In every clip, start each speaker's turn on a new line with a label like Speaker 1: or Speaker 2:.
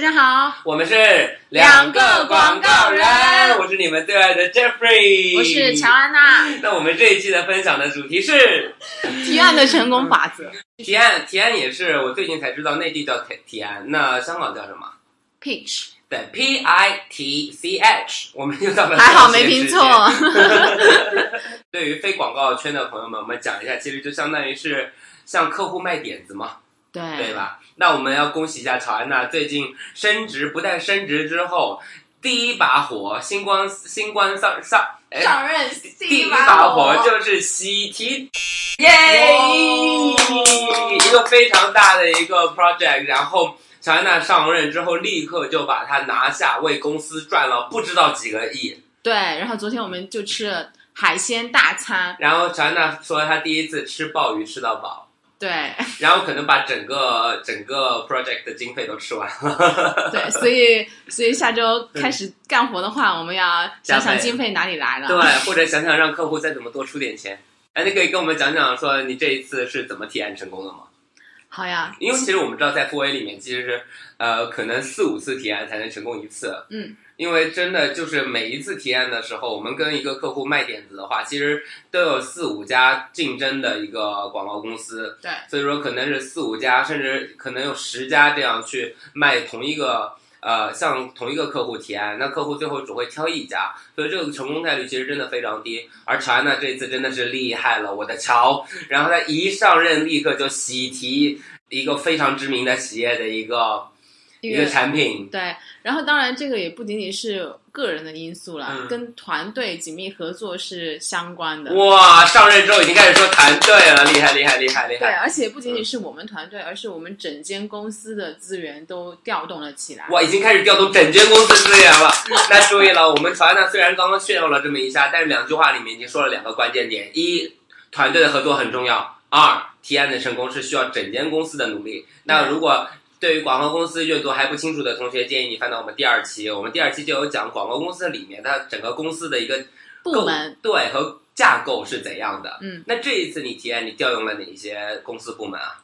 Speaker 1: 家好，
Speaker 2: 我们是
Speaker 1: 两个广告人
Speaker 2: 我是你们最爱的 Jeffrey，
Speaker 1: 我是乔。安娜。
Speaker 2: 那我们这一期的分享的主题是
Speaker 1: 提案的成功法则
Speaker 2: 提案，提案也是我最近才知道，内地叫提提案，那香港叫什么？
Speaker 1: ，pitch
Speaker 2: 对，P I T C H，我们又到了
Speaker 1: 还好
Speaker 2: 上学
Speaker 1: 没拼
Speaker 2: 时
Speaker 1: 错
Speaker 2: 间。对于非广告圈的朋友们，我们讲一下，其实就相当于是向客户卖点子嘛。 对
Speaker 1: 对，
Speaker 2: 吧？那我们要恭喜一下乔安娜，最近升职，不但升职之后，第一把火，新官新官上上，哎，
Speaker 1: 上任
Speaker 2: 第
Speaker 1: 第
Speaker 2: 一把火就是喜提，哎耶
Speaker 1: 哇！
Speaker 2: 一个哎非常大的一个 project，然后。乔安娜上任之后，立刻就把它拿下，为公司赚了不知道几个亿。
Speaker 1: 对，然后昨天我们就吃了海鲜大餐，
Speaker 2: 然后乔安娜说，她第一次吃鲍鱼吃到饱，
Speaker 1: 对
Speaker 2: 然后可能把整个整个 project 的经费都吃完 了。
Speaker 1: 对，所以所以下周开始干活的话，我们要想
Speaker 2: 加
Speaker 1: 想
Speaker 2: 倍
Speaker 1: 经费哪里来了。
Speaker 2: 对，或者想想让客户再怎么多出点钱。哎，你可以跟我们讲讲说你这一次是怎么提案成功的吗？
Speaker 1: 好呀，
Speaker 2: 因为其实我们知道在 4A 里面，其实是呃可能四五次提案才能成功一次。
Speaker 1: 嗯，
Speaker 2: 因为真的就是每一次提案的时候，我们跟一个客户卖点子的话，其实都有四五家竞争的一个广告公司。
Speaker 1: 对，
Speaker 2: 所以说可能是四五家，甚至可能有十家这样去卖同一个。呃，向同一个客户提案，那客户最后只会挑一家，所以这个成功概率其实真的非常低。而乔安娜这一次真的是厉害了，我的乔！然后她一上任立刻就喜提一个非常知名的企业的一个
Speaker 1: 一
Speaker 2: 一个产品，
Speaker 1: 对，然后当然这个也不仅仅是个人的因素了，
Speaker 2: 嗯
Speaker 1: 跟团队紧密合作是相关的。
Speaker 2: 哇！上任之后已经开始说团队了，厉害厉害厉害厉
Speaker 1: 对，
Speaker 2: 害！
Speaker 1: 而且不
Speaker 2: 嗯
Speaker 1: 仅仅是我们团队，而是我们整间公司的资源都调动了起来。
Speaker 2: 哇，已经开始调动整间公司资源了。那注意了，我们乔安娜虽然刚刚炫耀了这么一下，但是两句话里面已经说了两个关键点：一，团队的合作很重要；二，提案的成功是需要整间公司的努力。那如果对于广告公司阅读还不清楚的同学，建议你翻到我们第二期，我们第二期就有讲广告公司里面它整个公司的一个
Speaker 1: 部门
Speaker 2: 构对和架构是怎样的。
Speaker 1: 嗯，
Speaker 2: 那这一次你提案，你调用了哪一些公司部门啊？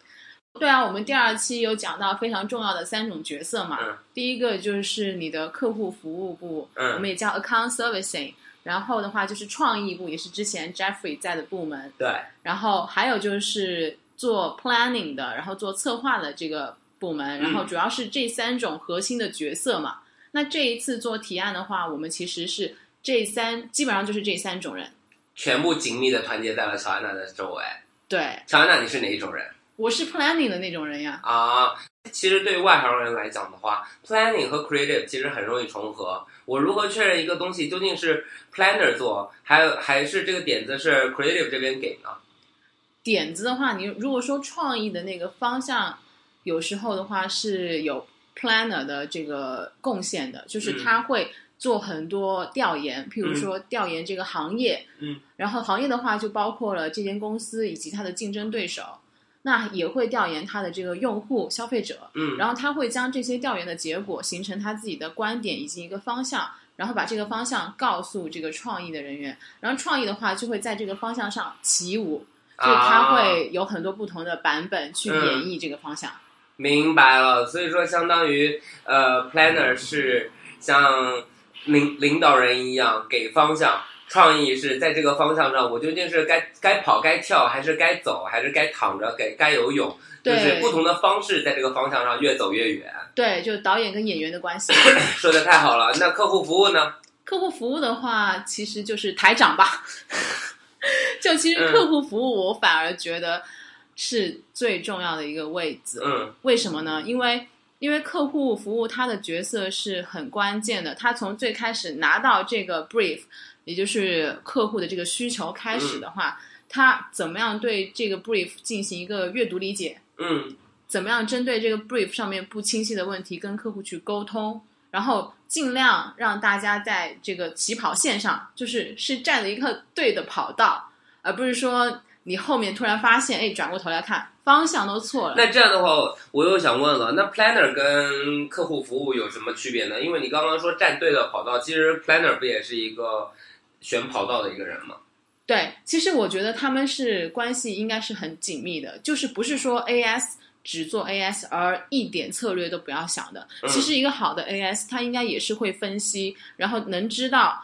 Speaker 1: 对啊，我们第二期有讲到非常重要的三种角色嘛。
Speaker 2: 嗯
Speaker 1: 第一个就是你的客户服务部，
Speaker 2: 嗯
Speaker 1: 我们也叫 account servicing。然后的话就是创意部，也是之前 Jeffrey 在的部门。
Speaker 2: 对，
Speaker 1: 然后还有就是做 planning 的，然后做策划的这个部门，然后主要是这三种核心的角色嘛。那这一次做提案的话，我们其实是这三，基本上就是这三种人。
Speaker 2: 全部紧密的团结在了乔安娜的周围。
Speaker 1: 对，
Speaker 2: 乔安娜，你是哪一种人
Speaker 1: 我是 planning 的那种人呀。
Speaker 2: 啊？其实对于外行人来讲的话，planning 和 creative 其实很容易重合。我如何确认一个东西究竟是 planner 做，还有还是这个点子是 creative 这边给呢？
Speaker 1: 点子的话，你如果说创意的那个方向，有时候的话是有 planner 的这个贡献的，就是他会做很多调研，譬如说调研这个行业，
Speaker 2: 嗯，
Speaker 1: 然后行业的话就包括了这间公司以及它的竞争对手，那也会调研它的这个用户、消费者，
Speaker 2: 嗯，
Speaker 1: 然后他会将这些调研的结果形成他自己的观点以及一个方向，然后把这个方向告诉这个创意的人员，然后创意的话就会在这个方向上起舞。就是它
Speaker 2: 啊、嗯
Speaker 1: 会有很多不同的版本去演绎这个方向。
Speaker 2: 明白了。所以说，相当于呃，planner 是像领领导人一样给方向。创意是在这个方向上，我究竟是该该跑、该跳，还是该走，还是该躺着，该该游泳，就
Speaker 1: 对
Speaker 2: 是不同的方式在这个方向上越走越远。
Speaker 1: 对，就导演跟演员的关系。
Speaker 2: 说的太好了，那客户服务呢？
Speaker 1: 客户服务的话，其实就是台长吧。 就其实
Speaker 2: 嗯
Speaker 1: 客户服务，我反而觉得是最重要的一个位置。
Speaker 2: 嗯
Speaker 1: 为什么呢？因为因为客户服务他的角色是很关键的，他从最开始拿到这个 brief，也就是客户的这个需求开始的话，他怎么样对这个 brief 进行一个阅读理解，
Speaker 2: 嗯
Speaker 1: 怎么样针对这个 brief 上面不清晰的问题跟客户去沟通，然后尽量让大家在这个起跑线上，就是是站了一个对的跑道，而不是说你后面突然发现，哎，转过头来看方向都错了。
Speaker 2: 那这样的话，我又想问了，那 planner 跟客户服务有什么区别呢？因为你刚刚说站对了跑道，其实 planner 不也是一个选跑道的一个人吗？
Speaker 1: 对，其实我觉得他们是关系应该是很紧密的，就是不是说 AS 只做 AS 而一点策略都不要想的。
Speaker 2: 嗯
Speaker 1: 其实一个好的 AS，它应该也是会分析，然后能知道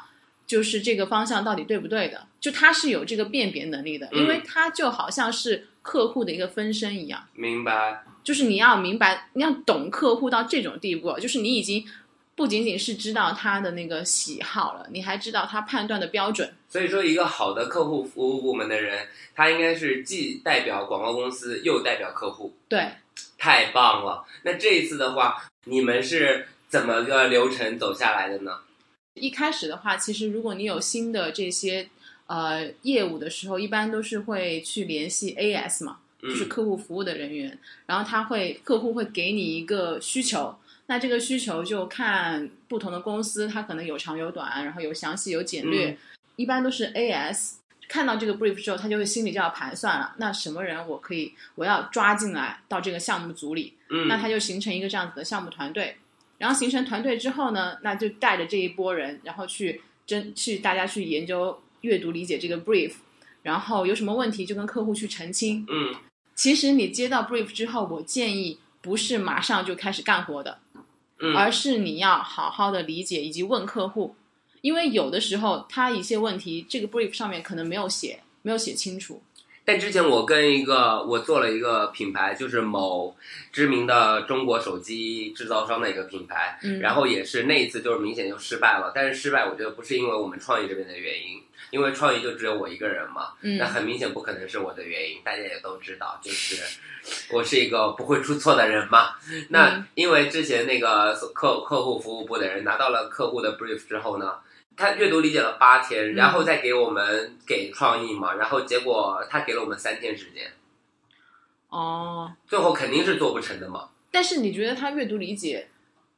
Speaker 1: 就是这个方向到底对不对的，就它是有这个辨别能力的，
Speaker 2: 嗯
Speaker 1: 因为它就好像是客户的一个分身一样。
Speaker 2: 明白，
Speaker 1: 就是你要明白，你要懂客户到这种地步，就是你已经不仅仅是知道他的那个喜好了，你还知道他判断的标准。
Speaker 2: 所以说，一个好的客户服务部门的人，他应该是既代表广告公司，又代表客户。
Speaker 1: 对，
Speaker 2: 太棒了！那这一次的话，你们是怎么个流程走下来的呢？
Speaker 1: 一开始的话，其实如果你有新的这些呃业务的时候，一般都是会去联系 AS 嘛，
Speaker 2: 嗯
Speaker 1: 就是客户服务的人员，然后他会客户会给你一个需求，那这个需求就看不同的公司，它可能有长有短，然后有详细有简略，
Speaker 2: 嗯
Speaker 1: 一般都是 AS。看到这个 brief 之后，他就会心里就要盘算了，那什么人我可以我要抓进来到这个项目组里，
Speaker 2: 嗯，
Speaker 1: 那他就形成一个这样子的项目团队。然后形成团队之后呢，那就带着这一波人，然后去真去大家去研究、阅读、理解这个 brief，然后有什么问题就跟客户去澄清。
Speaker 2: 嗯，
Speaker 1: 其实你接到 brief 之后，我建议不是马上就开始干活的，
Speaker 2: 嗯
Speaker 1: 而是你要好好的理解以及问客户，因为有的时候他一些问题，这个 brief 上面可能没有写，没有写清楚。
Speaker 2: 但之前我跟一个我做了一个品牌，就是某知名的中国手机制造商的一个品牌，
Speaker 1: 嗯
Speaker 2: 然后也是那一次就是明显就失败了。但是失败我觉得不是因为我们创意这边的原因，因为创意就只有我一个人嘛，
Speaker 1: 嗯
Speaker 2: 那很明显不可能是我的原因，大家也都知道，就是我是一个不会出错的人嘛。那因为之前那个客客户服务部的人拿到了客户的 brief 之后呢，他阅读理解了八天，然后再给我们给创意嘛，然后结果他给了我们三天时间，
Speaker 1: 哦，
Speaker 2: 最后肯定是做不成的嘛。
Speaker 1: 但是你觉得他阅读理解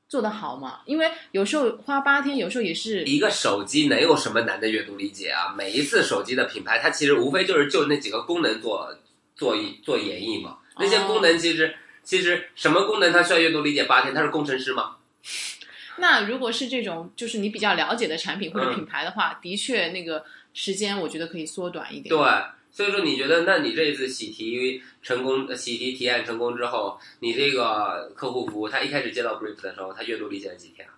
Speaker 1: 做得好吗？因为有时候花八天，有时候也是
Speaker 2: 一个手机能有什么难的阅读理解啊？每一次手机的品牌，它其实无非就是就那几个功能做做做演绎嘛。那些功能其实、其实什么功能它需要阅读理解八天？他是工程师吗？
Speaker 1: 那如果是这种就是你比较了解的产品或者品牌的话，的确那个时间我觉得可以缩短一点。
Speaker 2: 对，所以说你觉得，那你这一次喜提成功，呃喜提提案成功之后，你这个客户服务，他一开始接到 brief 的时候，他阅读理解了几天啊？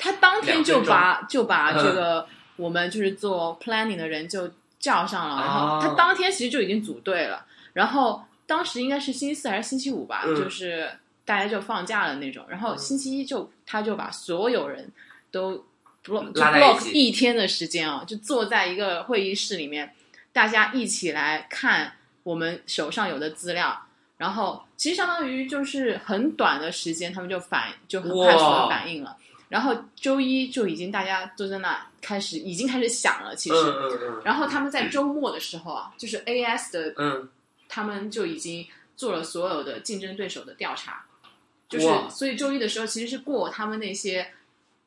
Speaker 1: 他当天就把就把
Speaker 2: 嗯
Speaker 1: 这个我们就是做 planning 的人就叫上了，然
Speaker 2: 哦
Speaker 1: 后他当天其实就已经组队了，然后当时应该是星期四还是星期五吧，
Speaker 2: 嗯
Speaker 1: 就是大家就放假了那种，然后星期一就他就把所有人都 block 就
Speaker 2: 拉在一
Speaker 1: block
Speaker 2: 起
Speaker 1: 一天的时间啊，就坐在一个会议室里面，大家一起来看我们手上有的资料。然后其实相当于就是很短的时间，他们就反就很快速
Speaker 2: 哇
Speaker 1: 的反应了。然后周一就已经大家都在那开始已经开始想了，其实。
Speaker 2: 嗯嗯
Speaker 1: 然后他们在周末的时候啊，就是 AS 的，
Speaker 2: 嗯
Speaker 1: 他们就已经做了所有的竞争对手的调查，就是
Speaker 2: 哇
Speaker 1: 所以周一的时候其实是过他们那些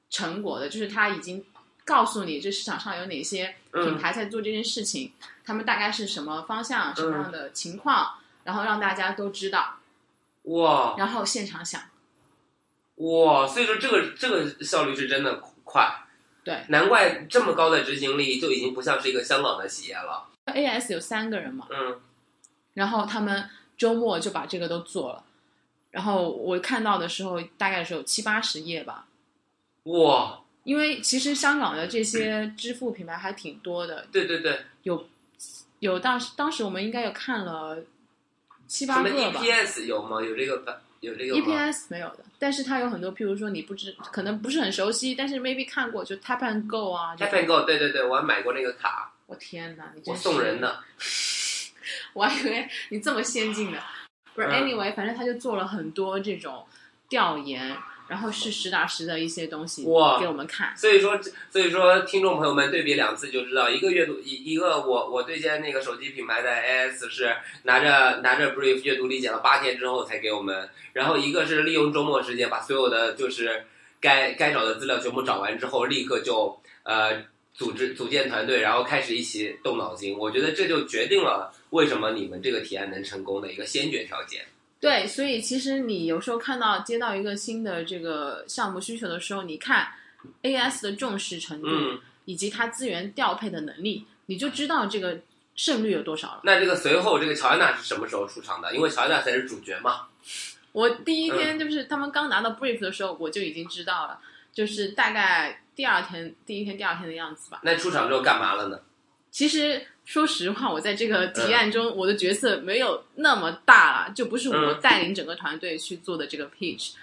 Speaker 1: 成果的，就是他已经告诉你这市场上有哪些
Speaker 2: 嗯
Speaker 1: 品牌在做这件事情，他们大概是什么方向、什么样的情况，然后让大家都知道，
Speaker 2: 嗯，哇
Speaker 1: 然后现场想，
Speaker 2: 哇，所以说这个这个效率是真的快，
Speaker 1: 对
Speaker 2: 难怪这么高的执行力就已经不像是一个香港的企业了。
Speaker 1: ，AS 有三个人嘛。
Speaker 2: 嗯
Speaker 1: 然后他们周末就把这个都做了。然后我看到的时候，大概是有七八十页吧，
Speaker 2: 哇，
Speaker 1: 因为其实香港的这些支付品牌还挺多的，
Speaker 2: 对对对，
Speaker 1: 有有当时当时我们应该有看了七
Speaker 2: 什
Speaker 1: 八
Speaker 2: 么，E
Speaker 1: 个吧。E
Speaker 2: EPS 有吗？有这个吧？有这个吗？
Speaker 1: EPS 没有的，但是它有很多，譬如说你不知，可能不是很熟悉，但是 maybe 看过，就 Tap and Go 啊，这
Speaker 2: Tap
Speaker 1: 种
Speaker 2: and Go，对对对，我还买过那个卡，
Speaker 1: 我天哪，你真
Speaker 2: 我
Speaker 1: 是
Speaker 2: 送人的。
Speaker 1: 我还以为你这么先进的，不是
Speaker 2: 嗯
Speaker 1: ？Anyway，反正他就做了很多这种调研，然后是实打实的一些东西
Speaker 2: 哇
Speaker 1: 给我们看。
Speaker 2: 所以说，所以说，听众朋友们对比两次就知道，一个阅读一一个我我对接那个手机品牌的 AS 是拿着拿着 brief 阅读理解了八天之后才给我们，然后一个是利用周末时间把所有的就是该该找的资料全部找完之后，立刻就呃组织组建团队，然后开始一起动脑筋。我觉得这就决定了为什么你们这个提案能成功的一个先决条件。
Speaker 1: 对，所以其实你有时候看到接到一个新的这个项目需求的时候，你看 AS 的重视程度、
Speaker 2: 嗯
Speaker 1: 以及它资源调配的能力，你就知道这个胜率有多少了。
Speaker 2: 那这个随后这个乔安娜是什么时候出场的？因为乔安娜才是主角嘛。
Speaker 1: 我第
Speaker 2: 嗯
Speaker 1: 一天就是他们刚拿到 brief 的时候，我就已经知道了，就是大概第二天、第一天、第二天的样子吧。
Speaker 2: 那出场之后干嘛了呢？
Speaker 1: 其实说实话，我在这个
Speaker 2: 嗯
Speaker 1: 提案中，我的角色没有那么大了，就不是我
Speaker 2: 嗯
Speaker 1: 带领整个团队去做的这个 pitch，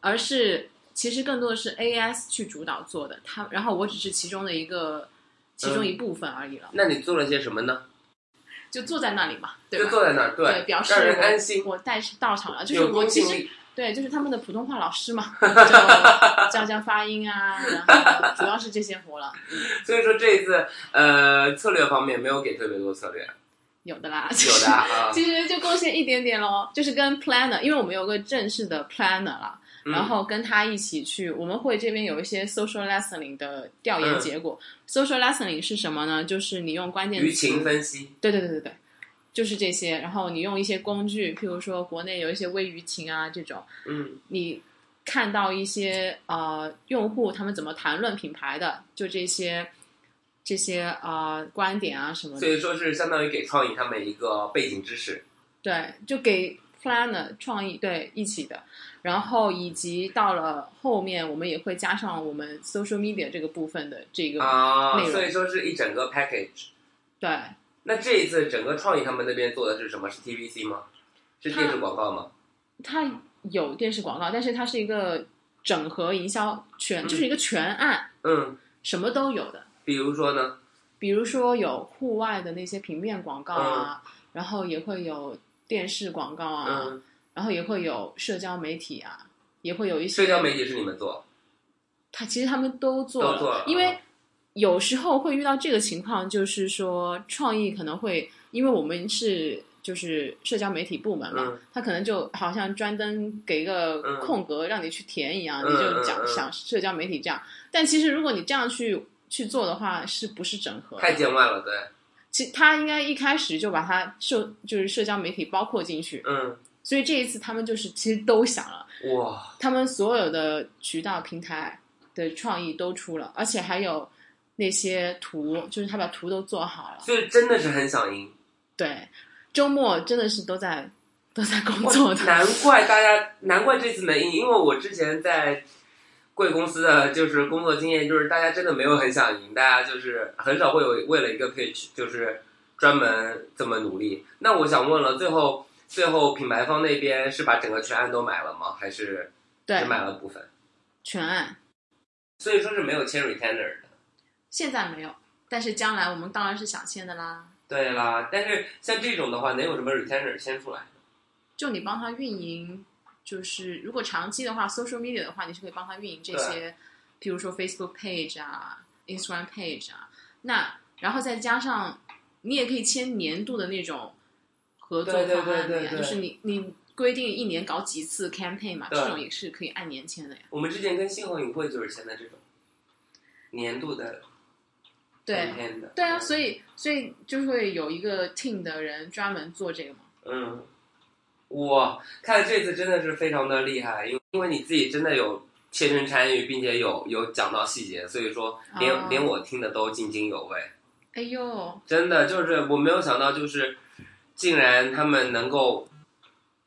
Speaker 1: 而是其实更多的是 AS 去主导做的，他然后我只是其中的一个其
Speaker 2: 嗯
Speaker 1: 中一部分而已了，
Speaker 2: 那你做了些什么呢？
Speaker 1: 就坐在那里嘛，对
Speaker 2: 就
Speaker 1: 吧？
Speaker 2: 坐在那儿，
Speaker 1: 对，表示
Speaker 2: 让人
Speaker 1: 我
Speaker 2: 安心，
Speaker 1: 我带到场了，就是
Speaker 2: 有
Speaker 1: 我
Speaker 2: 公
Speaker 1: 其
Speaker 2: 信
Speaker 1: 实
Speaker 2: 力。
Speaker 1: 对，就是他们的普通话老师 嘛，就教教发音啊，然后主要是这些活了，
Speaker 2: 所以说这一次，呃，策略方面没有给特别 多策略，
Speaker 1: 有的啦，
Speaker 2: 有的啊。
Speaker 1: 其实就贡献一点点咯，就是跟 planner，因为我们有个正式的 planner 啦，
Speaker 2: 嗯
Speaker 1: 然后跟他一起去，我们会这边有一些 social listening 的调
Speaker 2: 嗯
Speaker 1: 研结果。social listening 是什么呢？就是你用关键词
Speaker 2: 舆情分析，
Speaker 1: 对对对对对，就是这些。然后你用一些工具，譬如说国内有一些微舆情啊这种，
Speaker 2: 嗯，
Speaker 1: 你看到一些呃用户他们怎么谈论品牌的，就这些这些呃观点啊什么的
Speaker 2: 所。以说是相当于给创意他们一个背景知识。
Speaker 1: 对，就给 planner 创意对一起的，然后以及到了后面，我们也会加上我们 social media 这个部分的这个、
Speaker 2: 啊
Speaker 1: 嗯内，容
Speaker 2: 所以说是一整个 package。
Speaker 1: 对，
Speaker 2: 那这一次整个创意他们那边做的是什么？是 TVC 吗？是电视广告吗？
Speaker 1: 它有电视广告，但是它是一个整合营销全，就是一个全案，
Speaker 2: 嗯，
Speaker 1: 什么都有的。
Speaker 2: 比如说呢，
Speaker 1: 比如说有户外的那些平面广告啊，然后也会有电视广告啊，
Speaker 2: 嗯，
Speaker 1: 然后也会有社交媒体啊，也会有一些
Speaker 2: 社交媒体是你们做，
Speaker 1: 他其实他们都做了，
Speaker 2: 都做了
Speaker 1: 因为
Speaker 2: 嗯
Speaker 1: 有时候会遇到这个情况，就是说创意可能会，因为我们是就是社交媒体部门嘛，
Speaker 2: 嗯
Speaker 1: 他可能就好像专登给一个
Speaker 2: 嗯
Speaker 1: 空格让你去填一样，
Speaker 2: 嗯
Speaker 1: 你就讲、
Speaker 2: 嗯嗯
Speaker 1: 想社交媒体这样，但其实如果你这样去去做的话，是不是整合的？
Speaker 2: 太见外了，对，
Speaker 1: 其他应该一开始就把它社就是社交媒体包括进去，
Speaker 2: 嗯，
Speaker 1: 所以这一次他们就是其实都想了。
Speaker 2: 哇，
Speaker 1: 他们所有的渠道平台的创意都出了，而且还有那些图，就是他把图都做好了。
Speaker 2: 所以真的是很想赢，
Speaker 1: 对，周末真的是都在都在 工作的。
Speaker 2: 难怪大家，难怪这次能赢，因为我之前在。贵公司的就是工作经验，就是大家真的没有很想赢，大家就是很少会有为了一个 pitch 就是专门这么努力。那我想问了，最后最后品牌方那边是把整个全案都买了吗？还是只
Speaker 1: 对，
Speaker 2: 买了部分？
Speaker 1: 全案
Speaker 2: 所以说是没有签 retainer 的。
Speaker 1: 现在没有，但是将来我们当然是想签的啦。
Speaker 2: 对啦，但是像这种的话，能有什么 retainer 签出来？
Speaker 1: 就你帮他运营，就是如果长期的话，social media 的话，你是可以帮他运营这些，譬如说 Facebook page 啊，Instagram page 啊，那然后再加上你也可以签年度的那种合作方案的呀，
Speaker 2: 对对对对对
Speaker 1: 就是你你规定一年搞几次 campaign 嘛，
Speaker 2: 对
Speaker 1: 这种也是可以按年签的呀。
Speaker 2: 我们之前跟星河影会就是签的这种年度的
Speaker 1: 对
Speaker 2: 签的。
Speaker 1: 对啊，所以所以就会有一个 team 的人专门做这个嘛。
Speaker 2: 嗯，哇，看来这次真的是非常的厉害，因为因为你自己真的有切身参与，并且有有讲到细节，所以说连、
Speaker 1: 哦
Speaker 2: 连我听的都津津有味。
Speaker 1: 哎呦，
Speaker 2: 真的就是我没有想到，就是竟然他们能够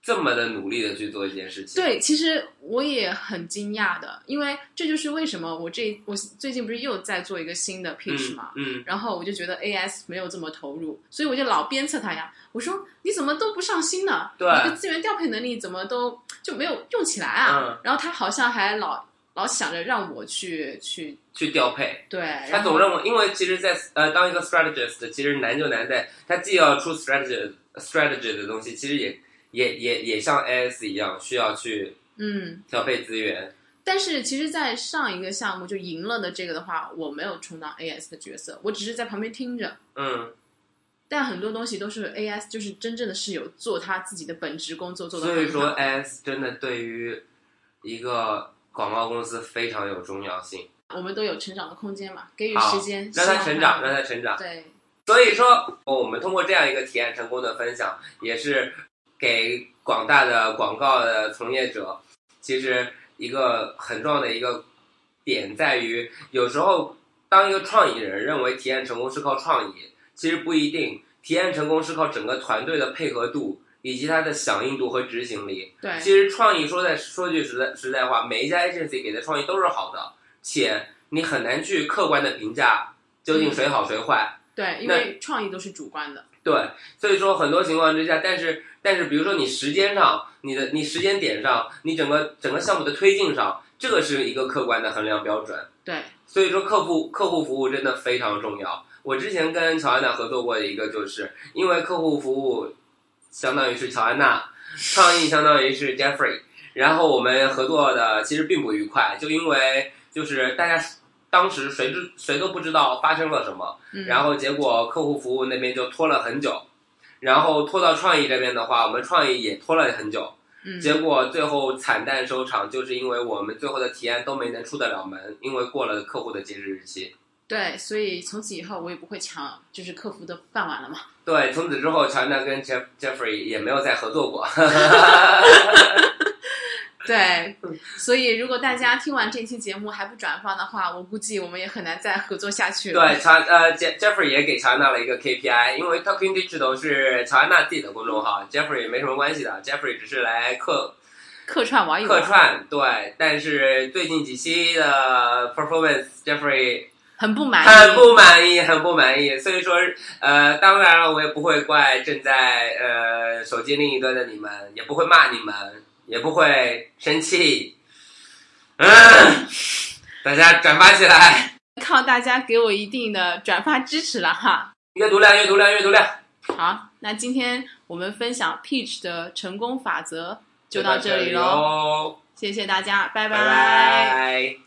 Speaker 2: 这么的努力的去做一件事情。，
Speaker 1: 对，其实我也很惊讶的，因为这就是为什么我这我最近不是又在做一个新的 pitch 嘛，
Speaker 2: 嗯，嗯
Speaker 1: 然后我就觉得 AS 没有这么投入，所以我就老鞭策他呀，我说你怎么都不上心呢？
Speaker 2: 对
Speaker 1: 你的资源调配能力怎么都就没有用起来啊？
Speaker 2: 嗯
Speaker 1: 然后他好像还老老想着让我去去
Speaker 2: 去调配。
Speaker 1: 对，
Speaker 2: 他
Speaker 1: 然后
Speaker 2: 总认为，因为其实在，呃当一个 strategist，其实难就难在他既要出 strategy strategy 的东西，其实也也也也像 AS 一样需要去
Speaker 1: 嗯，
Speaker 2: 调配资源。
Speaker 1: 但是其实，在上一个项目就赢了的这个的话，我没有充当 AS 的角色，我只是在旁边听着。
Speaker 2: 嗯，
Speaker 1: 但很多东西都是 AS，就是真正的是有做他自己的本职工作做的。
Speaker 2: 所以说 AS 真的对于一个广告公司非常有重要性。
Speaker 1: 我们都有成长的空间嘛，给予
Speaker 2: 好
Speaker 1: 时间，
Speaker 2: 让他
Speaker 1: 希
Speaker 2: 成
Speaker 1: 望
Speaker 2: 长，让他成长。
Speaker 1: 对
Speaker 2: 所以说，我们通过这样一个体验成功的分享，也是给广大的广告的从业者，其实一个很重要的一个点在于，有时候当一个创意人认为体验成功是靠创意，其实不一定。提案成功是靠整个团队的配合度以及它的响应度和执行力。
Speaker 1: 对
Speaker 2: 其实创意说在说句实在实在话，每一家 agency 给的创意都是好的，且你很难去客观的评价究竟谁好谁坏。
Speaker 1: 对，因为创意都是主观的，
Speaker 2: 对，所以说很多情况之下，但是但是比如说你时间上、你的你时间点上、你整个整个项目的推进上，这个是一个客观的衡量标准。
Speaker 1: 对，
Speaker 2: 所以说客户客户服务真的非常重要。我之前跟乔安娜合作过的一个，就是因为客户服务相当于是乔安娜，创意相当于是 Jeffrey，然后我们合作的其实并不愉快，就因为就是大家当时谁知谁都不知道发生了什么，
Speaker 1: 嗯，
Speaker 2: 然后结果客户服务那边就拖了很久，然后拖到创意这边的话，我们创意也拖了很久，
Speaker 1: 嗯，
Speaker 2: 结果最后惨淡收场，就是因为我们最后的提案都没能出得了门，因为过了客户的截止日期。
Speaker 1: 对，所以从此以后我也不会抢就是客服的饭碗了嘛。
Speaker 2: 对，从此之后，乔安娜跟 Jeff Jeffrey 也没有再合作过。
Speaker 1: 对，所以如果大家听完这期节目还不转发的话，我估计我们也很难再合作下去了。
Speaker 2: 对，乔呃 Jeff Jeffrey 也给乔安娜了一个 KPI，因为 Talking Digital 是乔安娜自己的公众号，Jeffrey 也没什么关系的，Jeffrey 只是来客
Speaker 1: 客串玩一
Speaker 2: 客
Speaker 1: 玩，
Speaker 2: 串。对，但是最近几期的 performance，Jeffrey
Speaker 1: 很不满
Speaker 2: 很
Speaker 1: 意。
Speaker 2: 不满意，很不满意。所以说，呃，当然了，我也不会怪正在呃手机另一端的你们，也不会骂你们，也不会生气。嗯，大家转发起来，
Speaker 1: 靠大家给我一定的转发支持了哈。
Speaker 2: 阅读量，阅读量，阅读量，
Speaker 1: 好，那今天我们分享 Peach 的成功法则就到
Speaker 2: 这
Speaker 1: 这里喽，
Speaker 2: 喽，
Speaker 1: 谢谢大家，拜
Speaker 2: 拜拜。